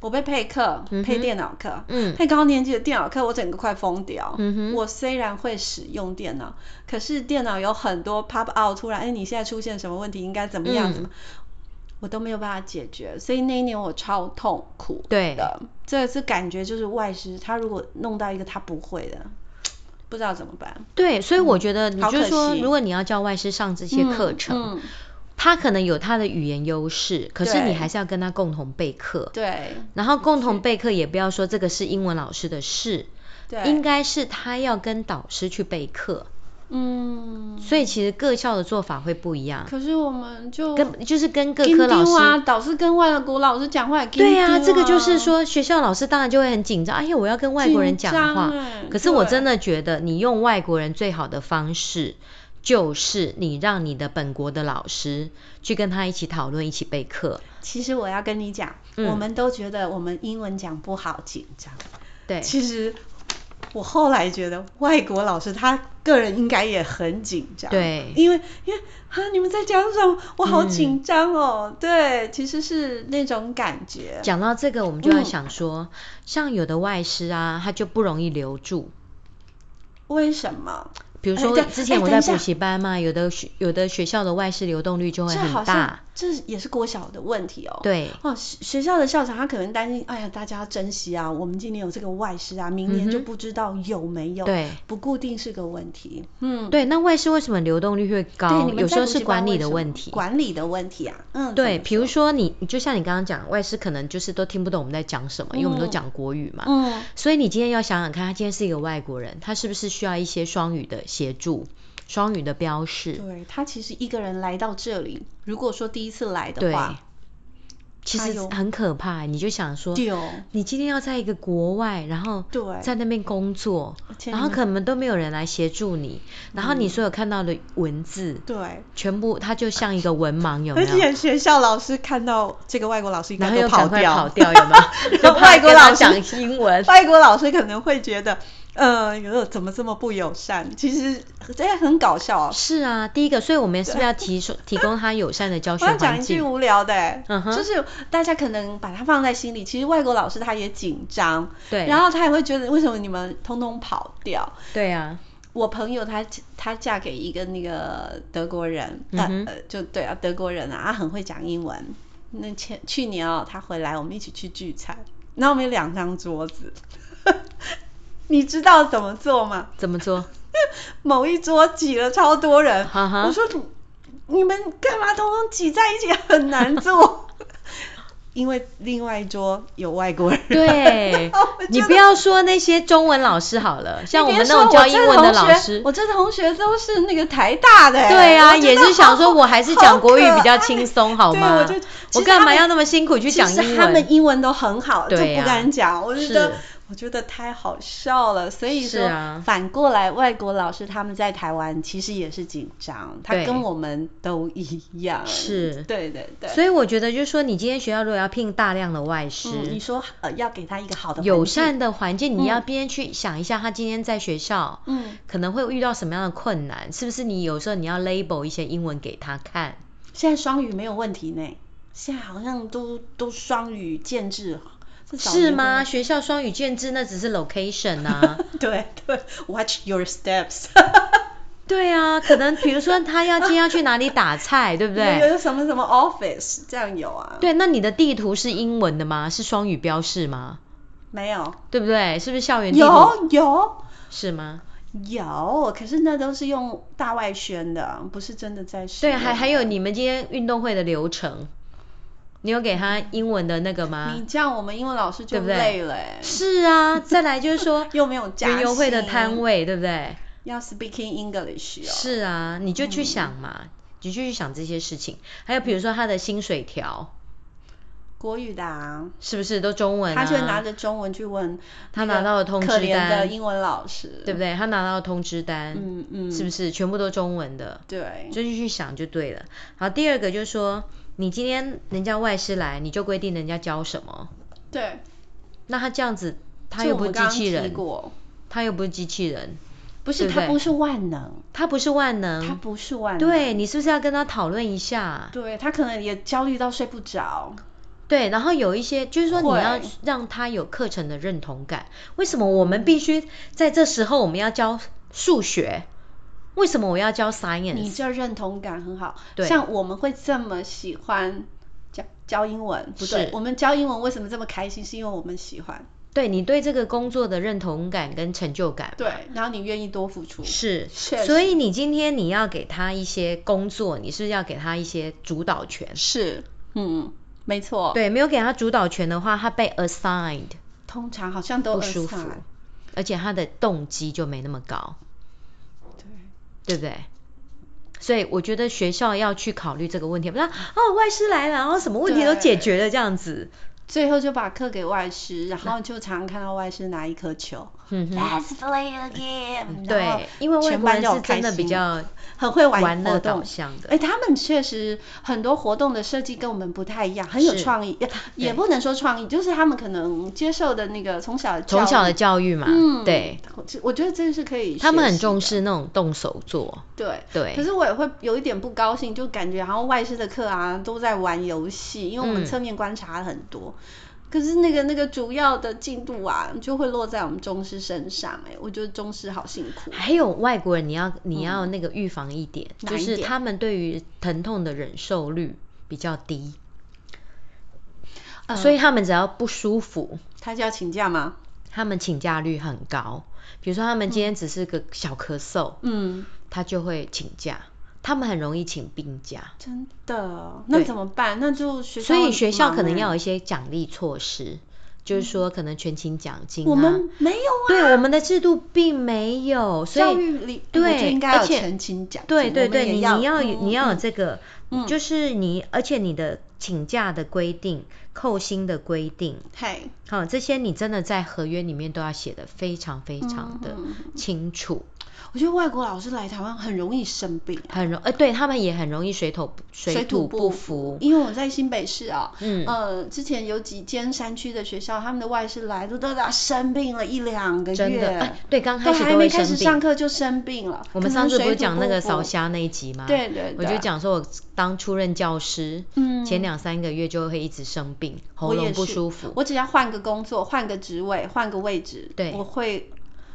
S2: 我被配课，
S1: 嗯哼
S2: 配电脑课，
S1: 嗯
S2: 配高年级的电脑课，我整个快疯掉。
S1: 嗯哼
S2: 我虽然会使用电脑，可是电脑有很多 pop out，突然哎，你现在出现什么问题，应该怎么样？
S1: 嗯
S2: 怎么我都没有办法解决，所以那一年我超痛苦
S1: 对
S2: 的。这次感觉就是外师，他如果弄到一个他不会的，不知道怎么办。
S1: 对，所以我觉得
S2: 嗯
S1: 你
S2: 好
S1: 就是
S2: 可
S1: 说，
S2: 惜
S1: 如果你要教外师上这些课程，
S2: 嗯，嗯
S1: 他可能有他的语言优势，可是你
S2: 对
S1: 还是要跟他共同备课。
S2: 对
S1: 然后共同备课也不要说这个是英文老师的事，
S2: 对，
S1: 应该是他要跟导师去备课，
S2: 嗯，
S1: 所以其实各校的做法会不一样，
S2: 可是我们就
S1: 跟就是跟各
S2: 跟
S1: 科老
S2: 丢啊，
S1: 师。
S2: 导师跟外国老师讲话也跟
S1: 对
S2: 丢
S1: 啊，
S2: 啊，
S1: 这个就是说学校老师当然就会很紧张，哎呀，我要跟外国人讲话
S2: 紧张欸。
S1: 可是我
S2: 对
S1: 真的觉得，你用外国人最好的方式，就是你让你的本国的老师去跟他一起讨论，一起备课。
S2: 其实我要跟你讲，
S1: 嗯
S2: 我们都觉得我们英文讲不好，紧张。
S1: 对，
S2: 其实我后来觉得外国老师他个人应该也很紧张，
S1: 对
S2: 因为因为啊你们在讲什么，我好紧张哦，对，其实是那种感觉，
S1: 讲到这个，我们就要想说，像有的外师啊，他就不容易留住。
S2: 为什么？
S1: 比如
S2: 哎
S1: 说
S2: 对
S1: 之前
S2: 哎
S1: 我
S2: 等
S1: 在
S2: 一下
S1: 补习班嘛，有的学有的学校的外事流动率就会
S2: 这
S1: 很
S2: 好
S1: 大
S2: 像。这也是国小的问题哦。
S1: 对
S2: 哦，学学校的校长他可能担心，哎呀，大家要珍惜啊，我们今年有这个外师啊，明年就不知道有没有，
S1: 嗯对
S2: 不固定是个问题。嗯，
S1: 对，那外事为什么流动率会
S2: 对，
S1: 高
S2: 你？们
S1: 有
S2: 在
S1: 时候
S2: 补
S1: 是
S2: 习班
S1: 管
S2: 为
S1: 理的
S2: 什么
S1: 问题。
S2: 管理的问题啊，嗯，
S1: 对，
S2: 怎么
S1: 比如说你，就像你刚刚讲，外师可能就是都听不懂我们在讲什么，因为我们都
S2: 嗯
S1: 讲国语嘛。
S2: 嗯，
S1: 所以你今天要想想看，他今天是一个外国人，他是不是需要一些双语的协助、双语的标示？
S2: 对他其实一个人来到这里，如果说第一次来的
S1: 对
S2: 话，
S1: 其
S2: 他
S1: 实
S2: 有
S1: 很可怕，你就想说，
S2: 对
S1: 你今天要在一个国外，然后
S2: 对
S1: 在那边工作
S2: 而，且你
S1: 然后
S2: 们
S1: 可能都没有人来协助你，然后你所有看到的文字，
S2: 对。
S1: 全部它就像一个文盲，有没
S2: 而且
S1: 有？
S2: 学校老师看到这个外国老师，应
S1: 然
S2: 该
S1: 后
S2: 都
S1: 又赶
S2: 跑
S1: 快
S2: 掉，
S1: 跑
S2: [laughs]
S1: 掉，有没有？就
S2: 然后
S1: 怕
S2: 外国
S1: 跟他
S2: 老师
S1: 讲英文，
S2: 外国老师可能会觉得，呃，有怎么这么不友善？其实这也很搞笑、哦。
S1: 是啊，第一个，所以我们是不是要提出 [laughs] 提供他友善的教
S2: 我
S1: 学
S2: 要讲
S1: 环
S2: 一句
S1: 境？
S2: 无聊的、欸，
S1: 嗯哼
S2: 就是大家可能把它放在心里，其实外国老师他也紧张，
S1: 对
S2: 然后他也会觉得为什么你们通通跑掉？
S1: 对啊，
S2: 我朋友她她嫁给一个那个德国人，呃
S1: 嗯哼
S2: 呃，就对啊，德国人啊，他很会讲英文。那前去年哦，他回来，我们一起去聚餐，然后我们有两张桌子， [laughs] 你知道怎么做吗？
S1: 怎么做？
S2: 某一桌挤了超多人，
S1: 哈哈
S2: [laughs] 我说你你们干嘛通通挤在一起很难做？因为另外一桌有外国人， [laughs]
S1: 对
S2: 我，
S1: 你
S2: 觉
S1: 不要说那些中文老师好了，像我
S2: 别
S1: 们那
S2: 说
S1: 种教英文的
S2: 我这
S1: 老
S2: 同学
S1: 师，
S2: 我这同学都是那个台大的欸、
S1: 对啊，
S2: 我觉得
S1: 也是想说，
S2: 好
S1: 我还是讲国语比较轻
S2: [laughs]
S1: 松，好
S2: 对
S1: 吗
S2: 我就？
S1: 我
S2: 其实
S1: 干
S2: 他
S1: 嘛
S2: 们
S1: 要那么辛苦去讲
S2: 其
S1: 英
S2: 实他们
S1: 文？
S2: 英文都很好，就
S1: 对啊
S2: 不敢讲。我觉得
S1: 是，
S2: 我觉得太好笑了。所以
S1: 是
S2: 说，
S1: 啊
S2: 反过来，外国老师他们在台湾其实也是紧张，他
S1: 对
S2: 跟我们都一样。
S1: 是
S2: 对对对。
S1: 所以我觉得，就是说，你今天学校如果要聘大量的外师，
S2: 嗯，你说呃要给他一个好的
S1: 友
S2: 环境
S1: 善，的环境，你要
S2: 嗯
S1: 边去想一下，他今天在学校，
S2: 嗯，
S1: 可能会遇到什么样的困难？是不是你有时候你要 label 一些英文给他看？
S2: 现在双语没有问题呢，现在好像都都双语建制，至少
S1: 是
S2: 你
S1: 吗？
S2: 会？
S1: 学校双语建制那只是 location 啊。
S2: [laughs] 对对，Watch
S1: [laughs]
S2: your steps，
S1: 对啊，可能比如说他要今天要去哪里打菜，对不
S2: 有
S1: 对？
S2: 有什么什么 office 这样有啊？，
S1: 对，那你的地图是英文的吗？是双语标示吗？
S2: 没有，哦
S1: 对不对？是不是校园地图
S2: 有有
S1: 是吗？
S2: 有，可是那都是用大外宣的，不是真的在使
S1: 对，
S2: 用
S1: 还还有
S2: 的
S1: 你们今天运动会的流程，你有给他英文的那个吗？
S2: 你这样，我们英文老师就
S1: 对
S2: 累了、欸。
S1: 是啊，再来就是说
S2: 又 [laughs] 没有加
S1: 园游会的
S2: 薪
S1: 摊位，对不对？
S2: 啊要 speaking English 哦。
S1: 是啊，你就去想
S2: 嗯
S1: 嘛，你就去想这些事情。还有比如说他的薪水条
S2: 国语的、啊，
S1: 是不是都中文、啊？
S2: 他就拿着中文去问
S1: 他
S2: 那个
S1: 拿到了通
S2: 可
S1: 知
S2: 怜的
S1: 单
S2: 英文老师，
S1: 对不
S2: 对？
S1: 对？他拿到了通知单，
S2: 嗯嗯
S1: 是不是全部都中文的？
S2: 对，
S1: 就去想就对了。好，第二个就是说，你今天人家外师来，你就规定人家教什么，
S2: 对，
S1: 那他这样子，他
S2: 就
S1: 又
S2: 我
S1: 不是
S2: 们
S1: 机
S2: 刚
S1: 器
S2: 刚提
S1: 人，
S2: 过
S1: 他又不是机器人，
S2: 不是
S1: 对不
S2: 他
S1: 对
S2: 不是万能，
S1: 他不是万能，
S2: 他不是万能，
S1: 对你是不是要跟他讨论一下？
S2: 对他可能也焦虑到睡不着，
S1: 对，然后有一些就是说你
S2: 会
S1: 要让他有课程的认同感。为什么我们必须在这时候我们要教数学？为什么我要教 science？
S2: 你这认同感很好，
S1: 对
S2: 像我们会这么喜欢教教英文，不对
S1: 是，
S2: 我们教英文为什么这么开心？是因为我们喜欢，
S1: 对你对这个工作的认同感跟成就感嘛，
S2: 对，然后你愿意多付出，
S1: 是，
S2: 确实
S1: 所以你今天你要给他一些工作，你是不是要给他一些主导权。
S2: 是，嗯，没错，
S1: 对，没有给他主导权的话，他被 assigned
S2: 通常好像都
S1: 不舒服
S2: assign，
S1: 而且他的动机就没那么高，对
S2: 对，
S1: 不对？所以我觉得学校要去考虑这个问题，不然哦外师来了，然后什么问题都解决了这样子，
S2: 最后就把课给外师，然后就常看到外师拿一颗球。
S1: 嗯哼，哦
S2: Let's play a game。
S1: 对，因为外
S2: 全
S1: 国
S2: 班
S1: 人
S2: 就是
S1: 真的比较
S2: 很会玩
S1: 玩
S2: 活
S1: 乐
S2: 动
S1: 导向的
S2: 哎、他们确实很多活动的设计跟我们不太一样，很有
S1: 是
S2: 创意，也也不能说创意，就是他们可能接受的那个从小的
S1: 从小的
S2: 育，
S1: 教育嘛，
S2: 嗯，
S1: 对，，
S2: 我觉得这是可以，
S1: 他们很重视。那种动手做，
S2: 对
S1: 对
S2: 可是我也会有一点不高兴，就感觉好像外师的课啊都在玩游戏，因为我们
S1: 嗯
S2: 侧面观察很多。可是那个那个主要的进度啊，就会落在我们中师身上、哎，我觉得中师好辛苦。
S1: 还有外国人，你要你要那个预防嗯一点，
S2: 哪
S1: 就
S2: 一
S1: 是
S2: 点
S1: 他们对于疼痛的忍受率比较低，
S2: 呃
S1: 所以他们只要不舒服，
S2: 他就要请假吗？
S1: 他们请假率很高。比如说他们今天只是个小咳嗽，
S2: 嗯，
S1: 他就会请假，他们很容易请病假，
S2: 真的，那怎么办？那就哦学校，
S1: 所以学校可能要有一。些奖励措施，就是说可能全勤奖金啊。
S2: 我们没有啊，
S1: 对我们的制度并没有，所以
S2: 教育里
S1: 对
S2: 我觉得应该要
S1: 而且
S2: 澄清奖金，
S1: 对对
S2: 我们
S1: 对，
S2: 也
S1: 你
S2: 要
S1: 你要有
S2: 嗯
S1: 你要有
S2: 嗯
S1: 这个，就是你，而且你的请假的规定、扣薪的规定，
S2: 嘿，
S1: 好，这些你真的在合约里面都要写的非常非常的
S2: 嗯
S1: 清楚，
S2: 我觉得外国老师来台湾很容易生病啊、
S1: 很容，呃，对他们也很容易水土不水土不服，
S2: 因为我在新北市啊，
S1: 嗯
S2: 呃，之前有几间山区的学校，他们的外师来都都要生病了一两个月，
S1: 真的，哎，对，刚
S2: 都
S1: 开始
S2: 还
S1: 都
S2: 没
S1: 会
S2: 开
S1: 生
S2: 始上
S1: 病。
S2: 课就生病了。
S1: 我们
S2: 可
S1: 上
S2: 能
S1: 次不
S2: 水
S1: 是
S2: 土
S1: 讲那个
S2: 嗯不服
S1: 扫，虾那一集吗？
S2: 对对
S1: 我
S2: 对
S1: 就讲说，我当初任教师，
S2: 嗯
S1: 前两三个月就会一直生病，喉
S2: 我也
S1: 咙不
S2: 是
S1: 舒服，
S2: 我只要换个工作、换个职位、换个位置，
S1: 对
S2: 我会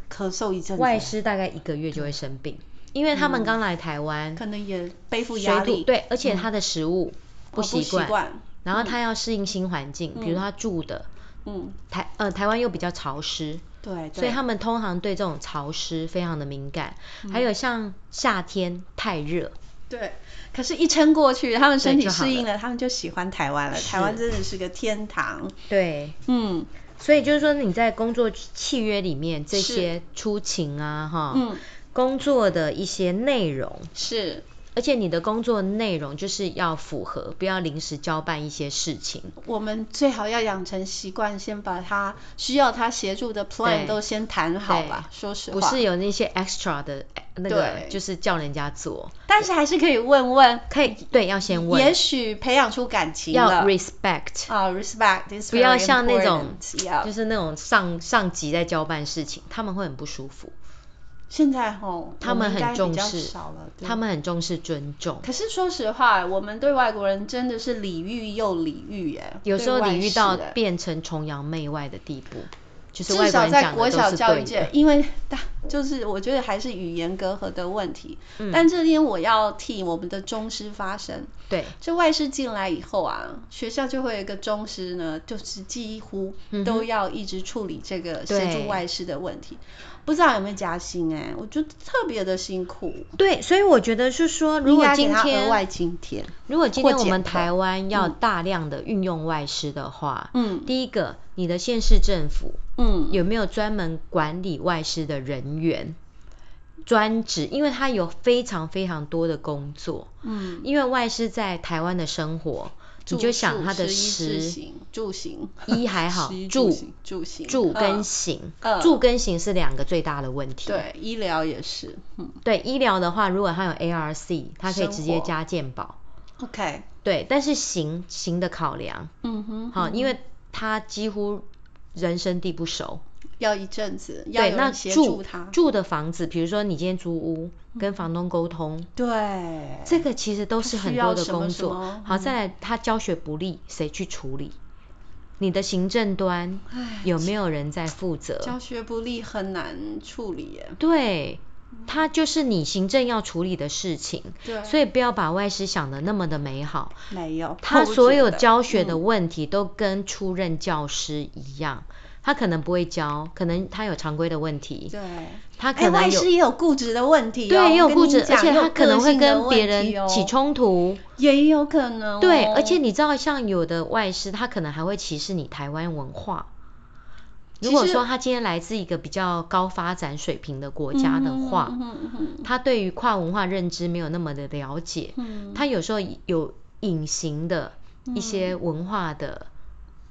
S2: 咳嗽一阵子，
S1: 外师大概一个月就会生病，因为他们刚来台湾，
S2: 嗯可能也背负
S1: 水
S2: 压
S1: 土
S2: 力，
S1: 对，而且他的食物不
S2: 我不
S1: 习
S2: 习
S1: 惯，
S2: 惯，
S1: 然后他要适应新环境，比如说他住的
S2: 嗯，
S1: 台呃台湾又比较潮湿，
S2: 对，
S1: 所以
S2: 对
S1: 他们通常对这种潮湿非常的敏感，
S2: 嗯
S1: 还有像夏天太热，
S2: 对，可是，一撑过去，他们身
S1: 对
S2: 体
S1: 就好
S2: 适应
S1: 了
S2: 了，他们就喜欢台湾了。台湾真的是个天堂。
S1: 对，
S2: 嗯
S1: 所以就是说你在工作契约里面这些出勤啊哈，
S2: 嗯，
S1: 工作的一些内容。
S2: 是
S1: 而且你的工作内容就是要符合，不要临时交办一些事情。
S2: 我们最好要养成习惯，先把他需要他协助的 plan
S1: 对
S2: 都先谈好吧。
S1: 对
S2: 说实
S1: 不
S2: 话，
S1: 是有那些 extra 的呃那个
S2: 对，
S1: 就是叫人家做，
S2: 但是还是可以问问，
S1: 可以对，要先
S2: 也
S1: 问，
S2: 许培养出感情
S1: 要
S2: 了。
S1: respect，、
S2: 啊、r e s p e c t is
S1: 不要像那种
S2: very important，yeah
S1: 就是那种上上级在交办事情，他们会很不舒服，
S2: 现在吼，
S1: 他们
S2: 我应该
S1: 很重
S2: 比较
S1: 视
S2: 少了，对
S1: 他们很重视尊重。
S2: 可是说实话，我们对外国人真的是礼遇又礼遇耶。
S1: 有时候
S2: 对外
S1: 你遇
S2: 事
S1: 到
S2: 耶
S1: 变成崇洋媚外的地步，就是
S2: 至
S1: 外国
S2: 少
S1: 人
S2: 在
S1: 讲
S2: 国
S1: 的
S2: 小
S1: 都是
S2: 教育
S1: 对
S2: 界
S1: 的，。
S2: 因为大就是我觉得还是语言隔阂的问题。
S1: 嗯
S2: 但这边我要替我们的中师发声。
S1: 对，
S2: 这外师进来以后啊，学校就会有一个中师呢，就是几乎
S1: 嗯
S2: 都要一直处理这个协助外师的问题。不知道有没有加薪、哎，我觉得特别的辛苦。
S1: 对，所以我觉得是说，如
S2: 应
S1: 果
S2: 该给
S1: 今
S2: 他
S1: 天
S2: 额外津贴，
S1: 如果今
S2: 或
S1: 天我
S2: 减
S1: 们
S2: 扣
S1: 台湾要
S2: 嗯
S1: 大量的运用外师的话，
S2: 嗯
S1: 第一个，你的县市政府
S2: 嗯，
S1: 有没有专门管理外师的人员？专职，因为他有非常非常多的工作，
S2: 嗯，
S1: 因为外师在台湾的生活，你就想他的
S2: 食
S1: 食
S2: 行住行，
S1: 衣还好
S2: [laughs] 食衣，住
S1: 住
S2: 行住行
S1: 住跟
S2: 嗯
S1: 行，
S2: 嗯
S1: 住跟行是两个最大的问题。
S2: 对医疗也是，嗯
S1: 对医疗的话，如果他有 ARC，他可以
S2: 生
S1: 直接
S2: 活
S1: 加健保。
S2: ，OK，
S1: 对，但是行行的考量，
S2: 嗯哼，
S1: 好、
S2: 嗯
S1: 因
S2: 哼
S1: 为他几乎人生地不熟。
S2: 要一阵子，要
S1: 对，
S2: 有
S1: 那
S2: 人协助
S1: 住
S2: 他，嗯
S1: 住的房子，比如说你今天租屋，跟房东沟通，
S2: 对，
S1: 这个其实都是
S2: 需
S1: 很
S2: 要
S1: 多的
S2: 什么
S1: 工
S2: 什
S1: 作。
S2: 么嗯
S1: 好，再来，他教学不力，谁去处理？你的行政端
S2: 唉
S1: 有没有人在负
S2: 教
S1: 责？
S2: 学不力很难处理耶，
S1: 对，它就是你行政要处理的事情，
S2: 对，
S1: 所以不要把外师想的那么的美好。
S2: 没有
S1: 他所有教学的
S2: 问，
S1: 问题都跟出任教师一样，他可能不会教，可能他有常规的问题
S2: 嗯，对，
S1: 他
S2: 哎，
S1: 可能
S2: 外
S1: 有
S2: 师也有固执的问题哦，
S1: 对，也有固执，
S2: 我
S1: 而
S2: 跟你讲
S1: 且他可能会跟别，
S2: 也有个性的
S1: 人
S2: 问
S1: 起
S2: 题哦
S1: 冲突。
S2: 也有可能哦，
S1: 对，而且你知道，像有的外师，他可能还会歧视你台湾文化。如果
S2: 其实
S1: 说他今天来自一个比较高发展水平的国家的话，
S2: 嗯哼嗯哼嗯哼
S1: 他对于跨文化认知没有那么的了解，
S2: 嗯
S1: 他有时候有隐形的一些文化的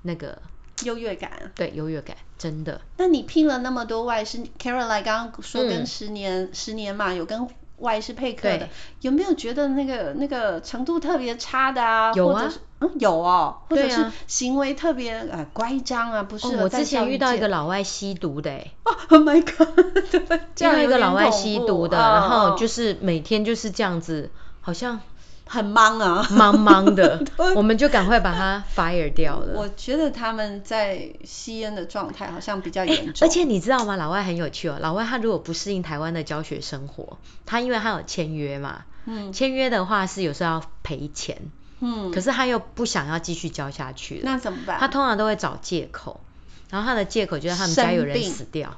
S1: 那个、
S2: 优越感。
S1: 对优越感，真的。
S2: 那你聘了那么多外师，Caroline 刚刚说跟十年、十年嘛，有跟外师配课的
S1: 嗯对，
S2: 有没有觉得那个那个程度特别差的啊？
S1: 有
S2: 或
S1: 啊
S2: 者是嗯，有哦，或者
S1: 对
S2: 是
S1: 啊
S2: 行为特别呃乖张啊，不适
S1: 哦，
S2: 合
S1: 我
S2: 在
S1: 之
S2: 教育界、
S1: 前遇到一个老外吸毒的、欸，
S2: ，Oh
S1: [laughs]
S2: my God，对，这
S1: 遇
S2: 样
S1: 到一
S2: 有
S1: 个
S2: 点
S1: 老外
S2: 恐
S1: 吸
S2: 怖
S1: 毒的，
S2: 哦
S1: 然后
S2: 哦
S1: 就是每天就是这样子，好像
S2: 很忙啊，
S1: 茫茫
S2: [laughs]
S1: 的，我们就赶快把它 fire 掉了。
S2: 我觉得他们在吸烟的状态好像比较严重，
S1: 而且你知道吗？老外很有趣哦。老外他如果不适应台湾的教学生活，他因为他有签约嘛，
S2: 嗯
S1: 签约的话是有时候要赔钱，
S2: 嗯，
S1: 可是他又不想要继续教下去了，
S2: 那怎么办？
S1: 他通常都会找借口，然后他的借口就是他们家有人
S2: 生病
S1: 死
S2: [laughs]
S1: 掉。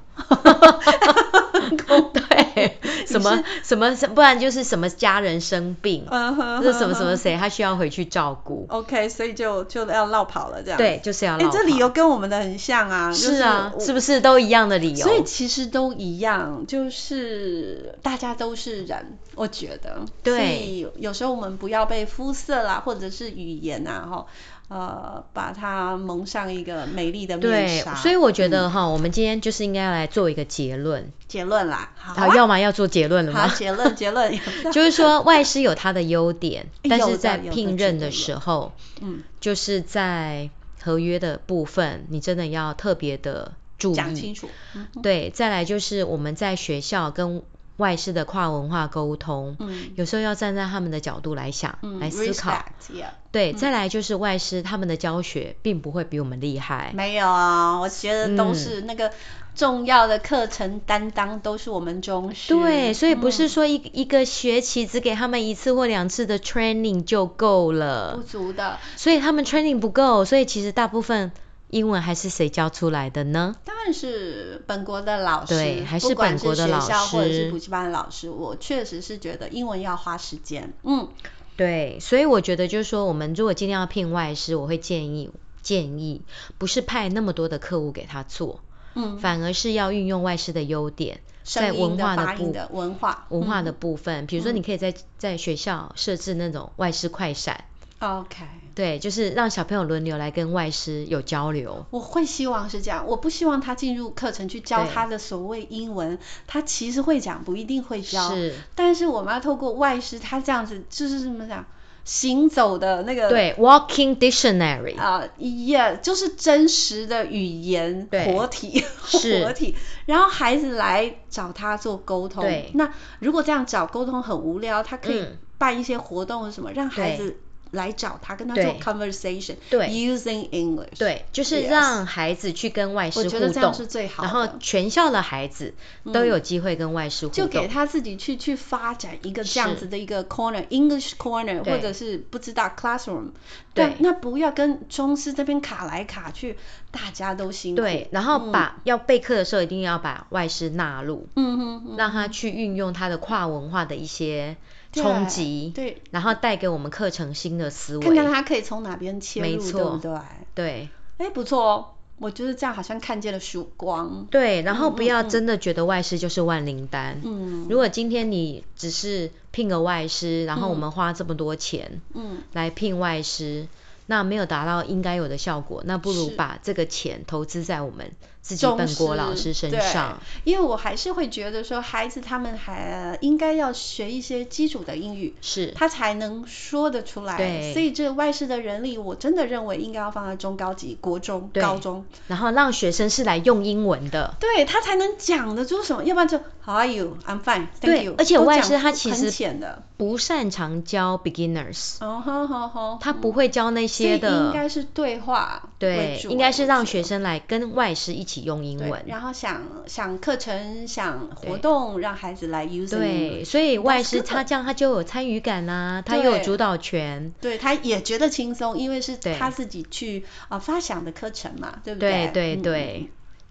S1: 对，什么什么，不然就是什么家人生病，
S2: 嗯 [laughs] 哼
S1: 这什么什
S2: 哼
S1: 么
S2: 哼
S1: 谁，他需要回去照顾。
S2: OK，所以就就要绕跑了这样。
S1: 对，，就是要
S2: 哎、
S1: 绕
S2: 这理
S1: 跑
S2: 由跟我们的很像啊。就是
S1: 啊，
S2: 我
S1: 是不是都一样的理由？
S2: 所以其实都一样，就是大家都是人，我觉得。
S1: 对
S2: 所以有时候我们不要被肤色啦，或者是语言啊，哈，呃，把它蒙上一个美丽的面
S1: 对
S2: 纱。，
S1: 所以我觉
S2: 嗯、
S1: 得哈，我们今天就是应该来做一个结论。
S2: 结论啦，好啊、
S1: 好，要么要做结论了
S2: 好
S1: 吗？
S2: 结论结论，
S1: [laughs] 就是说，外师有他的优点，
S2: 哎
S1: 但
S2: 有
S1: 是
S2: 的
S1: 在
S2: 有的
S1: 聘
S2: 绝
S1: 任
S2: 对
S1: 的
S2: 有
S1: 时候，
S2: 嗯，
S1: 就是在合约的部分，你真的要特别的注
S2: 讲
S1: 意。
S2: 清楚。嗯
S1: 对，再来就是我们在学校跟外师的跨文化沟通，
S2: 嗯
S1: 有时候要站在他们的角度来想，
S2: 嗯
S1: 来思考。
S2: ，respect，yeah。
S1: 对，再来就是外师他们的教学并不会比我们厉害。
S2: 没有啊，我觉得
S1: 嗯
S2: 都是那个重要的课程担当都是我们中师。
S1: 对，所以不
S2: 嗯
S1: 是说一、一个学期只给他们一次或两次的 training 就够
S2: 不
S1: 了，
S2: 足嗯的，
S1: 所以他们 training 不够，所以其实大部分英文还是谁教出来的呢？
S2: 当然是本国的老师，
S1: 对还是
S2: 不管
S1: 本国的
S2: 是
S1: 老
S2: 学校或者是
S1: 师
S2: 补习班的老师，我确实是觉得英文要花时间。嗯，
S1: 对，所以我觉得就是说，我们如果今天要聘外师，我会建议建议不是派那么多的客户给他做，
S2: 嗯，
S1: 反而是要运用外师的优点，在
S2: 声音
S1: 文
S2: 的、
S1: 化
S2: 发音
S1: 部嗯
S2: 的文化，嗯
S1: 文化的部分，比如说你可以在在学校设置那种外师快闪，
S2: 嗯 OK。
S1: 对，就是让小朋友轮流来跟外师有交流。
S2: 我会希望是这样，我不希望他进入课程去教
S1: 对
S2: 他的所谓英文，他其实会讲，不一定会教。
S1: 是，
S2: 但是我们要透过外师，他这样子就是怎么讲，行走的那个
S1: 对，Walking Dictionary，
S2: 啊，也、就是真实的语言
S1: 对
S2: 活体， [laughs]
S1: 是
S2: 活体。然后孩子来找他做沟通，
S1: 对
S2: 那如果这样找沟通很无聊，他可以
S1: 嗯
S2: 办一些活动什么，让孩
S1: 对
S2: 子来找他，跟他做
S1: 对
S2: conversation，
S1: 对
S2: ，using English，
S1: 对，就是让孩子去跟外师
S2: 我
S1: 互
S2: 觉
S1: 动，
S2: 得这样是最好的
S1: 然后全校的孩子都有机会跟外师互动，
S2: 就给他自己去去发展一个这样
S1: 是
S2: 子的一个 corner English corner，
S1: 对
S2: 或者是不知道 classroom，
S1: 对
S2: 但那不要跟中师这边卡来卡去，大家都辛苦。
S1: 对，然后把、要备课的时候一定要把外师纳入，
S2: 嗯哼嗯
S1: 让他去运用他的跨文化的一些冲击，
S2: 对对
S1: 然后带给我们课程新的思
S2: 看看
S1: 维，
S2: 他可以从哪边切
S1: 没
S2: 入，
S1: 错
S2: 对不对？
S1: 对
S2: 哎，不错哦，我觉得这样好像看见了曙光。
S1: 对，然后
S2: 嗯
S1: 不
S2: 嗯
S1: 要
S2: 嗯
S1: 真的觉得外师就是万灵丹，
S2: 嗯
S1: 如果今天你只是聘个外师，然后我们花这么多钱，
S2: 嗯，
S1: 来聘外师，那没有达到应该有的效果，那不如
S2: 是
S1: 把这个钱投资在我们自己本国老师身
S2: 对
S1: 上。
S2: 因为我还是会觉得说，孩子他们还应该要学一些基础的英语，
S1: 是，
S2: 他才能说得出
S1: 对
S2: 来。所以这外事的人力，我真的认为应该要放在中高级、国中、
S1: 对
S2: 高中，
S1: 然后让学生是来用英文的。
S2: 对他才能讲得出什么，要不然就 How are you? I'm fine.
S1: 对
S2: Thank you.
S1: 而且
S2: 都
S1: 外
S2: 讲
S1: 事他
S2: 不
S1: 其
S2: 很
S1: 实
S2: 浅的，
S1: 不擅长教 beginners，
S2: 哦吼吼吼，
S1: 他不会教那
S2: 所以
S1: 些
S2: 应
S1: 的。
S2: 该是对话为
S1: 对，
S2: 主啊
S1: 应该是让
S2: 我觉
S1: 学
S2: 得
S1: 生来跟外师一起用英
S2: 对
S1: 文。
S2: 然后想想课程、想活动，让孩子来 use。
S1: 对，所以外师
S2: That's good
S1: 他这样他就有参与感啦、他又有
S2: 对
S1: 主导权。
S2: 对，他也觉得轻松，因为是
S1: 对
S2: 他自己去啊、呃发想的课程嘛，对不
S1: 对对
S2: 对嗯
S1: 对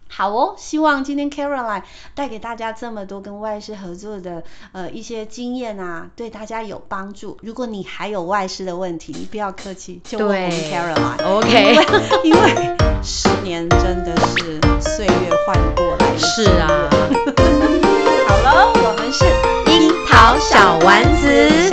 S2: 好哦，希望今天 Caroline 带给大家这么多跟外师合作的呃一些经验啊，对大家有帮助。如果你还有外师的问题，你不要客气，就问我们
S1: 对
S2: Caroline。
S1: OK
S2: 因为 [laughs] 因为十年真的是岁月换过来的
S1: 是啊
S2: 经验。好喽，我们是
S1: 樱桃小丸子。哦